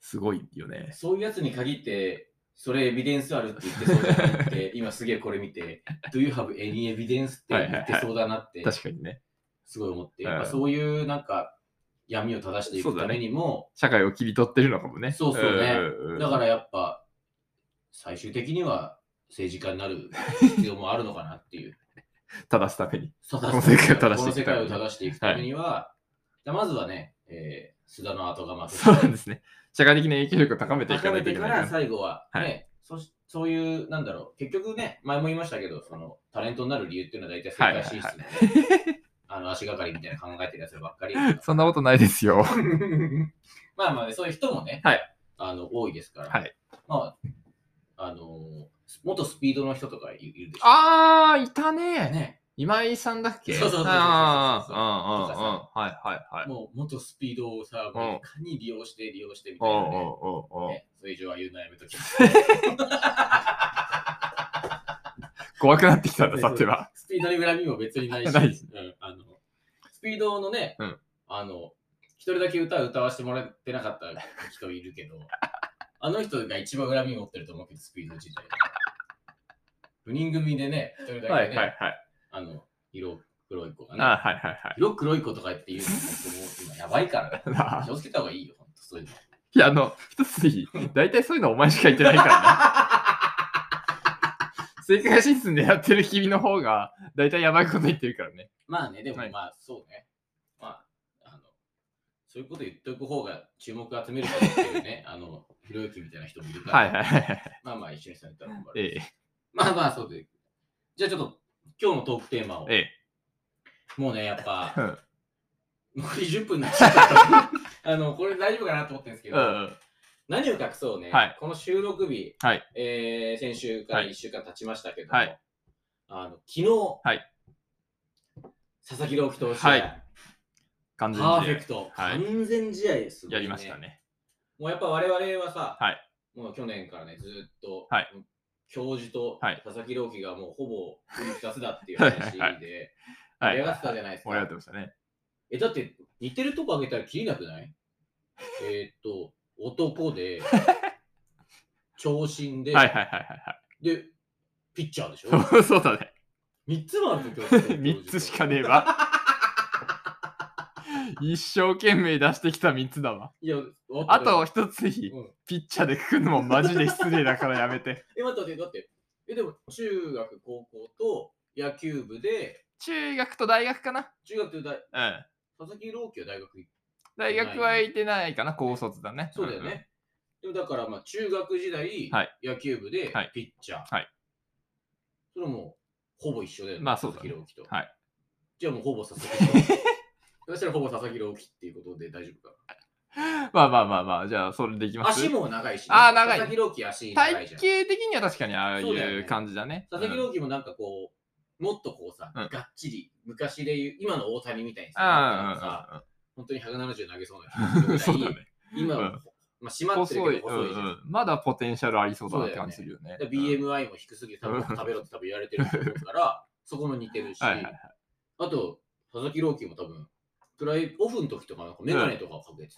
Speaker 1: すごいよね。
Speaker 2: そういうやつに限って、それエビデンスあるって言ってそうだな って、今すげえこれ見て、Do you have any evidence? って言ってそうだなって、
Speaker 1: 確かにね。
Speaker 2: すごい思って、
Speaker 1: うん
Speaker 2: やっぱそういうなんか闇を正してい
Speaker 1: そう
Speaker 2: く
Speaker 1: だね
Speaker 2: ためにも、
Speaker 1: 社会を切り取ってるのかもね。
Speaker 2: そうそうね
Speaker 1: ん
Speaker 2: だ
Speaker 1: うん
Speaker 2: からやっぱ最終的には政治家になる必要もあるのかなっていう。
Speaker 1: 正すために。
Speaker 2: こ
Speaker 1: の世界を正していくため
Speaker 2: この世界を
Speaker 1: に
Speaker 2: 正していくためには、じゃあまずはね、えー、須田の後釜とし て
Speaker 1: そうなんですね。社会的な影響力を高めていか
Speaker 2: 高
Speaker 1: な
Speaker 2: め
Speaker 1: いとい
Speaker 2: て
Speaker 1: け
Speaker 2: か
Speaker 1: ないからら。
Speaker 2: 最後は、ね
Speaker 1: は
Speaker 2: そしそういう、なんだろう、結局ね、前も言いましたけど、そのタレントになる理由っていうのは大体世界進出なんで、 あの足がかりみたいな考えてるやつらばっか り。
Speaker 1: そんなことないですよ。
Speaker 2: まあまあ、ね、そういう人もね、
Speaker 1: はい
Speaker 2: あの多いですから、
Speaker 1: はい
Speaker 2: まあ、あの、元スピードの人とかいいるでしょ。
Speaker 1: あー、いたね。
Speaker 2: ね、
Speaker 1: 今井さんだっけ
Speaker 2: そうそうそうそうそう
Speaker 1: あー
Speaker 2: とか
Speaker 1: あー、あーあー、はいはいはい。
Speaker 2: もう元スピードをさ、
Speaker 1: うん
Speaker 2: もういかに利用して利用してみたいな、ね
Speaker 1: おうおうおうおう
Speaker 2: ねそれ以上は言うのやめときます。
Speaker 1: 怖くなってきたんだ、さては。
Speaker 2: スピードに恨みも別にないし、
Speaker 1: ないし
Speaker 2: うん、あのスピードのね、
Speaker 1: うん
Speaker 2: あの、一人だけ歌歌わせてもらってなかった人いる けど、あの人が一番恨み持ってると思うけど、スピード自体。4人組でね、一人だけね、
Speaker 1: はいはいはい。
Speaker 2: あの、色黒い子が
Speaker 1: あ
Speaker 2: ね、
Speaker 1: ーはいはいはい。
Speaker 2: 色黒い子とかっていうのも、もう今やばいか ら、
Speaker 1: なあ
Speaker 2: 気をつけた方がいいよ、ほんと、そういうの。
Speaker 1: いや、あの、一ついい。大体そういうのお前しか言ってないから ね。正解進出狙ってる君の方が、大体やばいこと言ってるからね。
Speaker 2: まあね、でも
Speaker 1: はい
Speaker 2: まあそうね。まあ、あの、そういうこと言っておく方が注目集めるからってい うね、あの、ひろゆきみたいな人もいるから、
Speaker 1: はいはいはいはい。
Speaker 2: まあまあ一緒にされたら困る。
Speaker 1: ええ、
Speaker 2: まあまあそうで。じゃあちょっと今日のトークテーマを、
Speaker 1: ええ。
Speaker 2: もうね、やっ ぱ
Speaker 1: う、ん
Speaker 2: もう20分になっちゃった。あの、これ大丈夫かなと思ってるんですけど、
Speaker 1: うんうん。
Speaker 2: 何を隠そうね、
Speaker 1: はい
Speaker 2: この収録日、
Speaker 1: はい
Speaker 2: えー先週から
Speaker 1: はい
Speaker 2: 1週間経ちましたけども、
Speaker 1: はい
Speaker 2: あの昨日、
Speaker 1: はい
Speaker 2: 佐々木朗希投手が、
Speaker 1: はい完全
Speaker 2: パーフェ
Speaker 1: に
Speaker 2: クト、
Speaker 1: はい
Speaker 2: 完全試合です、
Speaker 1: やりました。ね。
Speaker 2: もうやっぱ我々はさ、
Speaker 1: はい
Speaker 2: もう去年からね、ずっと、
Speaker 1: はい
Speaker 2: 教授と
Speaker 1: はい
Speaker 2: 佐々木朗希がもうほぼ2つだっていう話で、
Speaker 1: はいは
Speaker 2: 盛
Speaker 1: い。
Speaker 2: り上がっ
Speaker 1: 盛
Speaker 2: てたじゃないですか。
Speaker 1: り上がってましたね。
Speaker 2: え、だって、似てるとこあげたら切りなくないえーっと、男 で、長身で、
Speaker 1: はいはいはいは
Speaker 2: で、ピッチャーでしょ
Speaker 1: いはい。そうだね。
Speaker 2: 三つもあるんですよ、 今日
Speaker 1: 3つしかねえ わ。一生懸命出してきた3つだわ。
Speaker 2: いや、
Speaker 1: あと、1ついい
Speaker 2: うん
Speaker 1: ピッチャーでくくるのもマジで失礼だからやめて。
Speaker 2: え、待って待って、だって、え、でも、中学、高校と野球部で、
Speaker 1: 中学と大学かな
Speaker 2: 中学と大、
Speaker 1: うん。
Speaker 2: 佐々木朗希は大学行っ
Speaker 1: 大学は行ってないかな、高卒だね。
Speaker 2: そうだよね。でも、だから、まあ、中学時代、
Speaker 1: はい
Speaker 2: 野球部で
Speaker 1: はい、
Speaker 2: ピッチャー。
Speaker 1: はい
Speaker 2: それも、ほぼ一緒だよね。
Speaker 1: まあそうだね
Speaker 2: 佐々木朗希と。
Speaker 1: はい
Speaker 2: じゃあもうほぼ佐々木朗希。 私はほぼ佐々木朗希っていうことで大丈夫か
Speaker 1: うんうん。まあまあまあまあ、じゃあそれでいきます
Speaker 2: 足も長いし、
Speaker 1: あー長い
Speaker 2: 佐々木朗希足長
Speaker 1: 体
Speaker 2: いじ
Speaker 1: 型
Speaker 2: ゃん。
Speaker 1: 的には確かにああい
Speaker 2: そうだよね
Speaker 1: う感じだね。
Speaker 2: 佐々木
Speaker 1: うん
Speaker 2: 朗希もなんかこう、もっとこうさ、
Speaker 1: うん
Speaker 2: がっちり、昔で言う、今の大谷みたいにさ、なんかさ
Speaker 1: あ
Speaker 2: 本当に170投げそう
Speaker 1: あ、
Speaker 2: な
Speaker 1: うんうんうん。
Speaker 2: 人
Speaker 1: そ
Speaker 2: ぐ
Speaker 1: う
Speaker 2: ら
Speaker 1: だ
Speaker 2: い、
Speaker 1: ね。
Speaker 2: 今、
Speaker 1: うん
Speaker 2: まあ、締まってる
Speaker 1: 細
Speaker 2: け
Speaker 1: い、
Speaker 2: ど
Speaker 1: う
Speaker 2: 細い
Speaker 1: ん
Speaker 2: じゃん。
Speaker 1: うん。まだポテンシャルありそうだなって感じするよね
Speaker 2: だ。から
Speaker 1: うん
Speaker 2: BMI も低すぎて多分食べろって多分言われてると思う から、そこも似てるし、
Speaker 1: はいはいはい
Speaker 2: あと、佐々木朗希も多分、プライオフの時とかなんかメガネとかをかけて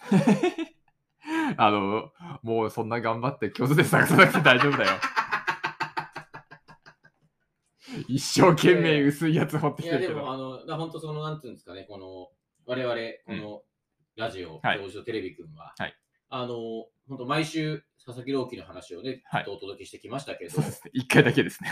Speaker 2: た。
Speaker 1: あの、もうそんな頑張って教授で探さなくて大丈 夫だよ。一生懸命薄いやつ掘って
Speaker 2: い
Speaker 1: きてる
Speaker 2: や、で
Speaker 1: けど。
Speaker 2: も、あの、だ本当その、なんていうんですかね、この、我々、このラジオ、
Speaker 1: はい
Speaker 2: 教授テレビくんは、
Speaker 1: はい
Speaker 2: あの、本当毎週、佐々木朗希の話をね、ず
Speaker 1: はい
Speaker 2: っとお届けしてきましたけど、
Speaker 1: そうですね。一回だけですね。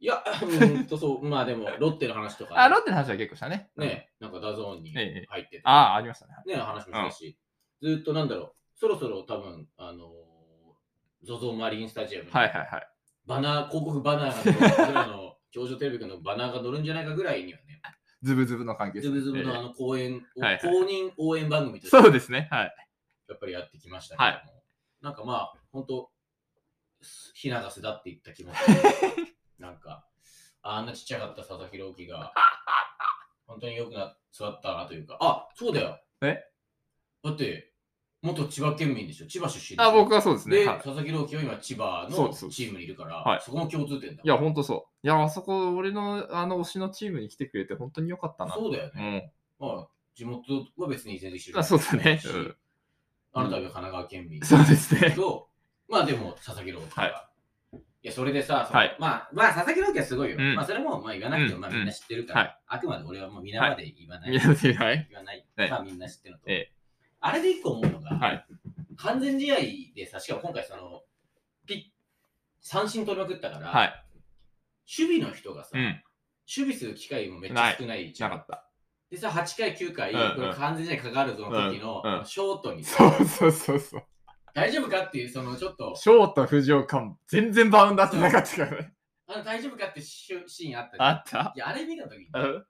Speaker 2: いや、 うーんとそう、まあでも、ロッテの話とか、
Speaker 1: あ、ロッテの話は結構したね。
Speaker 2: ね、なんかダゾーンに入
Speaker 1: ええ
Speaker 2: ってて
Speaker 1: ああ、ありましたね。
Speaker 2: ね、話もしたし、ずっとなんだろう、そろそろ多分、あのー、ZOZO マリンスタジアムに
Speaker 1: はいはいはい。
Speaker 2: バナー、広告バナーが、僕らの、 教授テレビ局のバナーが乗るんじゃないかぐらいにはね、
Speaker 1: ズブズブの関係です
Speaker 2: ズ
Speaker 1: ね
Speaker 2: ブズブのあの公演を、
Speaker 1: はいはい
Speaker 2: 公認応援番組として、
Speaker 1: そうですね。はい。
Speaker 2: やっぱりやってきましたけども、なんかまあ、本当ひながせだって言った 気持ちで、なんか、あんなちっちゃかった佐々木朗 希が、本当によくな座ったなというか、あそうだよ。
Speaker 1: え
Speaker 2: だって、元千葉県民でしょ、千葉出身でし
Speaker 1: あ、
Speaker 2: ょ
Speaker 1: 僕はそうです
Speaker 2: で、
Speaker 1: ね。はい
Speaker 2: 佐々木朗希は今、千葉
Speaker 1: そう
Speaker 2: の
Speaker 1: ですそうです
Speaker 2: チームにいるから、そ
Speaker 1: はい
Speaker 2: こも共通点だ。
Speaker 1: いや、ほんとそう。いや、あそこ、俺の、あの、推しのチームに来てくれて、本当によかったな。
Speaker 2: そうだよ
Speaker 1: う
Speaker 2: ね。
Speaker 1: ん。
Speaker 2: まあ、地元は別に移籍してる
Speaker 1: あそうだね
Speaker 2: し
Speaker 1: うん
Speaker 2: あなたは神奈川県民。
Speaker 1: そうですね。
Speaker 2: と、まあでも、佐々木朗希は。
Speaker 1: はい
Speaker 2: い、や、それでさ、その
Speaker 1: はい
Speaker 2: まあ、まあ、佐々木朗希はすごいよ。
Speaker 1: うん
Speaker 2: まあ、それも、まあ、言わなくても、
Speaker 1: うん
Speaker 2: まあ、みんな知ってるから、
Speaker 1: うんは
Speaker 2: あくまで俺はもう皆まで言わない。
Speaker 1: みんなではい。
Speaker 2: 言わない。
Speaker 1: はい
Speaker 2: まあ、みんな知ってるのと。
Speaker 1: え
Speaker 2: あれで一個思うのが、
Speaker 1: はい
Speaker 2: 完全試合でさ、しかも今回、その、ピッ、三振取りまくったから、
Speaker 1: はい。
Speaker 2: 守備の人がさ、
Speaker 1: うん。
Speaker 2: 守備する機会もめっちゃ少ないじゃ
Speaker 1: なんかった。
Speaker 2: でさ、8回、9回、
Speaker 1: うんうん
Speaker 2: これ完全試合かかるぞの時の、
Speaker 1: うんうん
Speaker 2: ショートに、
Speaker 1: そうそうそうそう。
Speaker 2: 大丈夫かっていう、そのちょっと、
Speaker 1: ショート、藤岡も、全然バウンド合ってなかったからね。
Speaker 2: あの大丈夫かってシュシーンあったじゃん
Speaker 1: あった
Speaker 2: いや、あれ見たときに、
Speaker 1: うん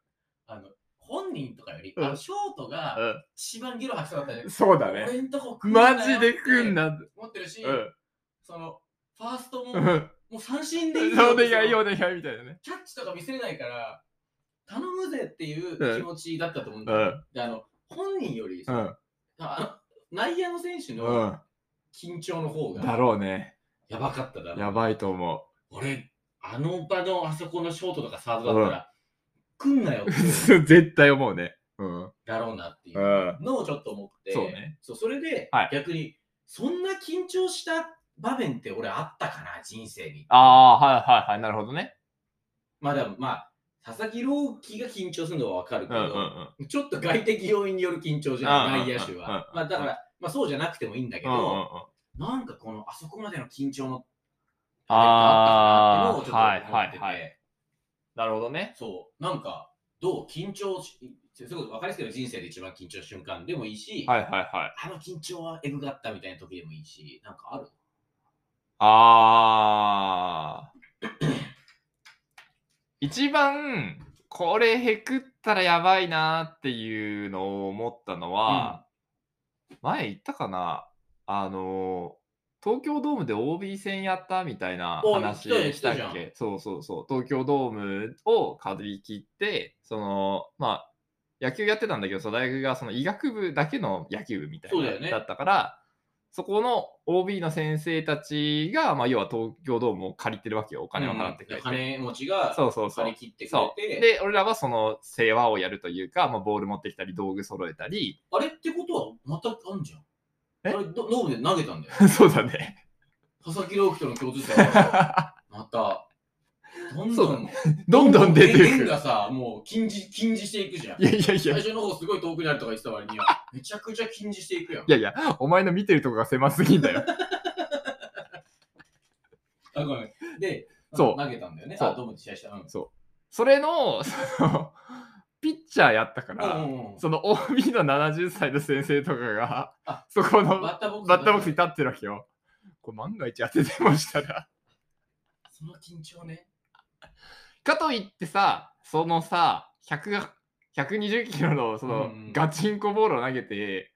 Speaker 2: あの、本人とかより、
Speaker 1: うん
Speaker 2: あのショートが一番ゲロ吐きそうだったじゃ
Speaker 1: うんん。。そうだね。
Speaker 2: 俺んとこ来んなよ
Speaker 1: マジで来ん
Speaker 2: って
Speaker 1: な。
Speaker 2: 思ってるし、
Speaker 1: うん。
Speaker 2: その、ファーストも、
Speaker 1: う
Speaker 2: も
Speaker 1: ん。
Speaker 2: う三振でいいよ
Speaker 1: お
Speaker 2: って
Speaker 1: 願い、
Speaker 2: その
Speaker 1: お願い、みたいなね。
Speaker 2: キャッチとか見せれないから、頼むぜっていう
Speaker 1: うん
Speaker 2: 気持ちだったと思うん
Speaker 1: う
Speaker 2: だよ。
Speaker 1: ん。
Speaker 2: であの、本人より
Speaker 1: う
Speaker 2: さ、
Speaker 1: ん。
Speaker 2: あの内野の選手の
Speaker 1: う
Speaker 2: 緊張の方
Speaker 1: ん。だ
Speaker 2: が
Speaker 1: ろうね。
Speaker 2: やばかっただろう。
Speaker 1: やばいと思
Speaker 2: 俺、あの場のあそこのショートとかサードだったら、来んなよ
Speaker 1: う。
Speaker 2: って
Speaker 1: 絶対思うね。うん。
Speaker 2: だろうなっていう。
Speaker 1: うん。
Speaker 2: のをちょっと思って、
Speaker 1: そうね
Speaker 2: そうそれで、
Speaker 1: はい
Speaker 2: 逆に、そんな緊張した場面って俺あったかな、人生に。
Speaker 1: ああー、はいはいはい。なるほどね。
Speaker 2: まだ、まあ、佐々木朗希が緊張するのはわかるけ
Speaker 1: うんうんう
Speaker 2: ど、
Speaker 1: ん。
Speaker 2: ちょっと外的要因による緊張じゃな
Speaker 1: うん
Speaker 2: い、
Speaker 1: うんうん
Speaker 2: 内野手は。
Speaker 1: うん
Speaker 2: まあ、だから、まあ、そうじゃなくてもいいんだけ
Speaker 1: うんうんう
Speaker 2: ど、
Speaker 1: ん。
Speaker 2: なんかこの、あそこまでの緊張の、
Speaker 1: あー
Speaker 2: あったかなっていうのをちょっと思ってて
Speaker 1: はいはいはなるほどね。
Speaker 2: そう、なんか、どう緊張し、それこそ分かりやすいけど人生で一番緊張した瞬間でもいいし、
Speaker 1: はいはいはい。
Speaker 2: あの緊張はエグかったみたいな時でもいいし、なんかある
Speaker 1: あー。 一番、これへくったらやばいなっていうのを思ったのは、前言ったかなあの、東京ドームで OB 戦やったみたいな
Speaker 2: お
Speaker 1: 話
Speaker 2: 言ってた
Speaker 1: した
Speaker 2: よ言
Speaker 1: っ
Speaker 2: って
Speaker 1: けそうそうそう。東京ドームを借り切って、その、まあ、野球やってたんだけど、その大学がその医学部だけの野球部みたい
Speaker 2: そう
Speaker 1: な
Speaker 2: だよね
Speaker 1: だったから、そこの OB の先生たちが、まあ、要は東京ドームを借りてるわけよ。お
Speaker 2: お
Speaker 1: 金を払ってくれて。
Speaker 2: 金持ちが
Speaker 1: そうそうそう
Speaker 2: 借り。切ってく
Speaker 1: そ
Speaker 2: れ
Speaker 1: う
Speaker 2: て、
Speaker 1: で、俺らはその世話をやるというか、まあ、ボール持ってきたり、道具揃えたり、
Speaker 2: あれってことはまたあんじゃん。
Speaker 1: え
Speaker 2: あれドドームで投げたんだ よ。
Speaker 1: そうだね。
Speaker 2: 佐々木朗希との共通点があるまた。どん
Speaker 1: そ
Speaker 2: ど、
Speaker 1: うんどんどん出て
Speaker 2: 円
Speaker 1: くる。
Speaker 2: がさ、もう禁じ禁じしていくじゃん
Speaker 1: い。やいやいや
Speaker 2: 最。初の方すごい遠くにあるとか言ってた割には、めちゃくちゃ禁じしていくやん。
Speaker 1: いやいや、お前の見てるとこが狭すぎんだよ。
Speaker 2: あごめんで、
Speaker 1: そう
Speaker 2: 投げたんだよね。
Speaker 1: そう
Speaker 2: あ、ドームで試合した。うん。
Speaker 1: それの、その、ピッチャーやったから、
Speaker 2: うんうんうん
Speaker 1: その OB の70歳の先生とかが
Speaker 2: あ、
Speaker 1: そこの
Speaker 2: バッターボックス。
Speaker 1: バッターボックスに立ってるわけよ。これ万が一当ててましたら。
Speaker 2: その緊張ね。
Speaker 1: かといってさ、そのさ、100が120キロのその
Speaker 2: うんうん
Speaker 1: ガチンコボールを投げて、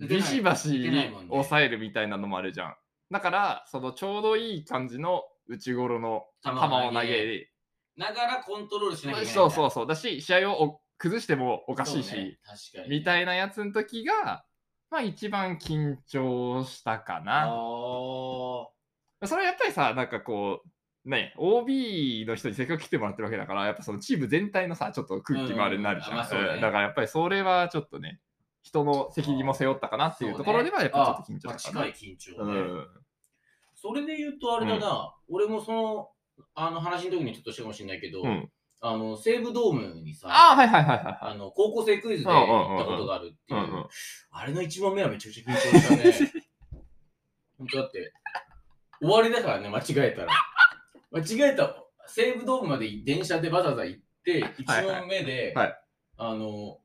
Speaker 1: ビシバシ
Speaker 2: 出ないもんね
Speaker 1: 抑えるみたいなのもあるじゃん。だから、そのちょうどいい感じの内頃の
Speaker 2: 球
Speaker 1: 球
Speaker 2: を
Speaker 1: を
Speaker 2: 投げ
Speaker 1: 投げ
Speaker 2: ながらコントロールしなきゃいけないんだ。
Speaker 1: そうそうそう。だし、試合をお崩してもお
Speaker 2: お
Speaker 1: かしいし、
Speaker 2: 確かに。
Speaker 1: み
Speaker 2: い
Speaker 1: たいなやつの時が、まあ一番緊張したか
Speaker 2: な。あ
Speaker 1: な。
Speaker 2: ー
Speaker 1: それはやっぱりさ、なんかこう、ね、OB の人にせっかく来てもらってるわけだから、やっぱそのチーム全体のさ、ちょっと空気もあれになるじゃん。
Speaker 2: うんうんあまあそうだね
Speaker 1: だからやっぱりそれはちょっとね、人の責任も背負ったかなっていうところでは、やっぱちょっと緊張した
Speaker 2: あ
Speaker 1: か
Speaker 2: ま
Speaker 1: な。
Speaker 2: あ近い緊
Speaker 1: う
Speaker 2: 張ね。
Speaker 1: ん、
Speaker 2: それで言うとあれだな、俺もその、あの話の時にちょっとしたかもしれないけど、
Speaker 1: うん
Speaker 2: あの、西武ドームにさ、
Speaker 1: ああ、はいはいはいはいはい。
Speaker 2: あの高校生クイズで
Speaker 1: うんうんうんうん
Speaker 2: 行ったことがあるっていう、
Speaker 1: うんうん
Speaker 2: あれの一問目はめちゃくちゃ緊張したね。 本当だって、終わりだからね、間違えたら。間違えた、西武ドームまで電車でわざわざ行って、一
Speaker 1: はいはい
Speaker 2: 問目で、
Speaker 1: はい
Speaker 2: あの、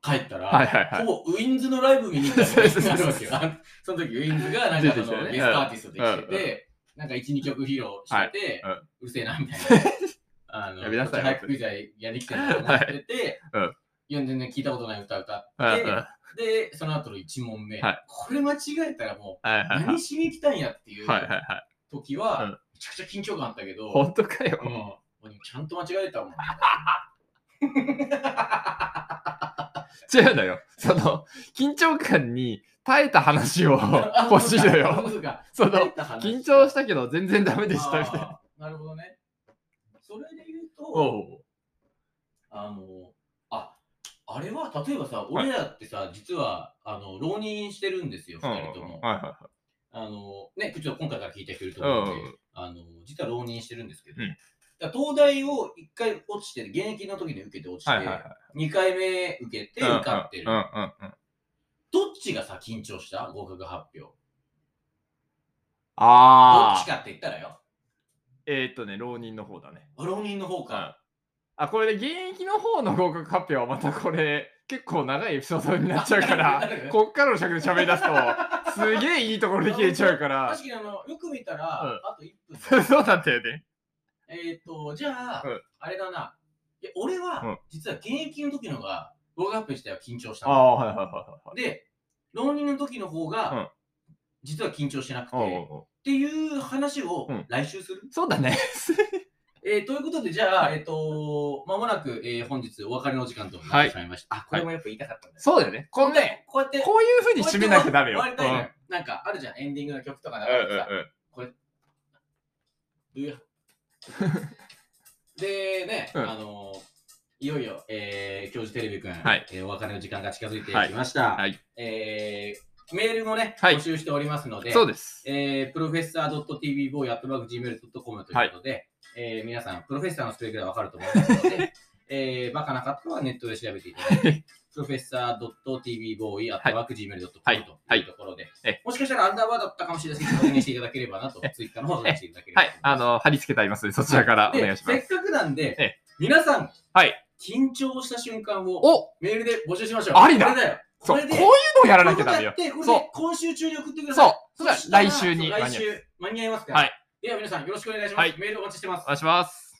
Speaker 2: 帰ったら、
Speaker 1: はいはいはい。
Speaker 2: ほぼウィンズのライブ見に行ったみたいになるわけよ
Speaker 1: そ。
Speaker 2: あの その時ウィンズがなんか
Speaker 1: 出
Speaker 2: そ
Speaker 1: てきたよ
Speaker 2: の
Speaker 1: ね
Speaker 2: ゲストアーティストで来て
Speaker 1: うんうん
Speaker 2: て、なんか1、2曲披露してて、
Speaker 1: はいう
Speaker 2: るせえなみたいな。 あの、
Speaker 1: やめなさい
Speaker 2: こっち早くクイズやりきてんだと思ってて、
Speaker 1: はいうん
Speaker 2: いや全然聞いたことない歌歌っ
Speaker 1: うんうん
Speaker 2: て、で、その後の1問目、
Speaker 1: はい
Speaker 2: これ間違えたらも
Speaker 1: はいうはいはい
Speaker 2: 何しに来たんやっていう
Speaker 1: はいはいはい。
Speaker 2: 時は、
Speaker 1: うん
Speaker 2: めちゃくちゃ緊張感あったけど、うん
Speaker 1: 本当かよ。
Speaker 2: 俺ちゃんと間違えたもん。
Speaker 1: 違うんだよ。その、緊張感に耐えた話 を
Speaker 2: あ
Speaker 1: 欲しいのよ。。
Speaker 2: そうか
Speaker 1: そ
Speaker 2: そう
Speaker 1: の、
Speaker 2: か
Speaker 1: 緊張したたけど全然ダメでしたみたいな。
Speaker 2: あーなるほどね。それで言うと、
Speaker 1: おう
Speaker 2: あの、あ、あれは例えばさ、俺らってさ、実は、あの、浪人してるんですよ、
Speaker 1: うんうん
Speaker 2: 二人とも。
Speaker 1: はいはいは
Speaker 2: あの、ね、ちょっと今回から聞いてくると思うので、
Speaker 1: うんうん
Speaker 2: あの、実は浪人してるんですけど、
Speaker 1: うん
Speaker 2: だから東大を一回落ちて、現役の時に受けて落ちて、
Speaker 1: いは
Speaker 2: 二
Speaker 1: いはいはい。
Speaker 2: 回目受けて
Speaker 1: うんうん
Speaker 2: 受かってる。
Speaker 1: うんうんうん
Speaker 2: どっちがさ、緊張した合格発表。どっ
Speaker 1: あ
Speaker 2: ち
Speaker 1: あ。
Speaker 2: かって言ったらよ。
Speaker 1: えーっとね、浪人の方だね。
Speaker 2: 浪人の方か。
Speaker 1: あ、これで現役の方の合格発表はまたこれ、結構長いエピソードになっちゃうか
Speaker 2: な
Speaker 1: ら、
Speaker 2: る
Speaker 1: こっからの尺で喋り出すと、すげえいいところで消えちゃう から
Speaker 2: 確。かにあの、よく見たら、
Speaker 1: うん
Speaker 2: あと1分 だ。
Speaker 1: そうなんだよね。
Speaker 2: えっと、じゃあ、
Speaker 1: うん
Speaker 2: あれだな。いや俺は、
Speaker 1: うん
Speaker 2: 実は現役の時のが、合格アップ自体は緊張した
Speaker 1: あ
Speaker 2: の。
Speaker 1: あ、はいはいは
Speaker 2: で、浪人の時の方が、
Speaker 1: うん
Speaker 2: 実は緊張してなくて、
Speaker 1: いはい。
Speaker 2: っ
Speaker 1: おうおうお
Speaker 2: ていう話を
Speaker 1: うん
Speaker 2: 来週する、
Speaker 1: うそうだ ね。
Speaker 2: えーということで、じゃあ、えっ、と、まもなく、えー本日お別れの時間となってしまいました。あ、これもやっぱ言いたかったんだよ。
Speaker 1: そうだよね。こんね、
Speaker 2: こうやって、
Speaker 1: こういう風に締めなきゃダメよ。
Speaker 2: 終わりたいの
Speaker 1: う
Speaker 2: よなんかあるじゃん、エンディングの曲とか
Speaker 1: ん
Speaker 2: 流れ
Speaker 1: う
Speaker 2: て
Speaker 1: ん
Speaker 2: さ、うやでね、
Speaker 1: うん
Speaker 2: あのいよいよ、えー、教授テレビくん、
Speaker 1: はい
Speaker 2: えーお別れの時間が近づいて
Speaker 1: はい
Speaker 2: きました。
Speaker 1: はい
Speaker 2: えーメールもね、
Speaker 1: はい
Speaker 2: 募集しておりますの
Speaker 1: う
Speaker 2: で、
Speaker 1: ん。そうです。
Speaker 2: えー、professor.tvboy.gmail.com ということで、えー皆さん、プロフェッサーのスペルぐらいわかると思いますの で、えー、バカな方はネットで調べていただいて、professor.tvboy.gmail.com と
Speaker 1: はいいう
Speaker 2: ところで、
Speaker 1: ええ
Speaker 2: もしかしたらアンダーバーだったかもしれないですけど、 確認していただければなと、ツイッターの方を確認していただければ
Speaker 1: は
Speaker 2: と思
Speaker 1: い
Speaker 2: い。ます
Speaker 1: あの、貼り付けてありますので、そちらからお願いしま。
Speaker 2: ですせっかくなんで、
Speaker 1: ええ
Speaker 2: 皆さん、
Speaker 1: はい
Speaker 2: 緊張した瞬間を
Speaker 1: お
Speaker 2: メールで募集しましょう。
Speaker 1: ありだ
Speaker 2: これだよ。
Speaker 1: そう、こ
Speaker 2: こ
Speaker 1: う
Speaker 2: れ
Speaker 1: いう
Speaker 2: で
Speaker 1: のやらなきゃダメよ
Speaker 2: こ。ういうこと
Speaker 1: そ
Speaker 2: や
Speaker 1: う
Speaker 2: って、これで今週中に送ってくだ
Speaker 1: そ
Speaker 2: さ
Speaker 1: う
Speaker 2: い。。
Speaker 1: そしたら来週に間
Speaker 2: 来
Speaker 1: に合う。
Speaker 2: 週間に合いますから。
Speaker 1: はい。
Speaker 2: では皆さんよろしくお願いします。
Speaker 1: はい
Speaker 2: メールお待ちしてます
Speaker 1: お。願いします。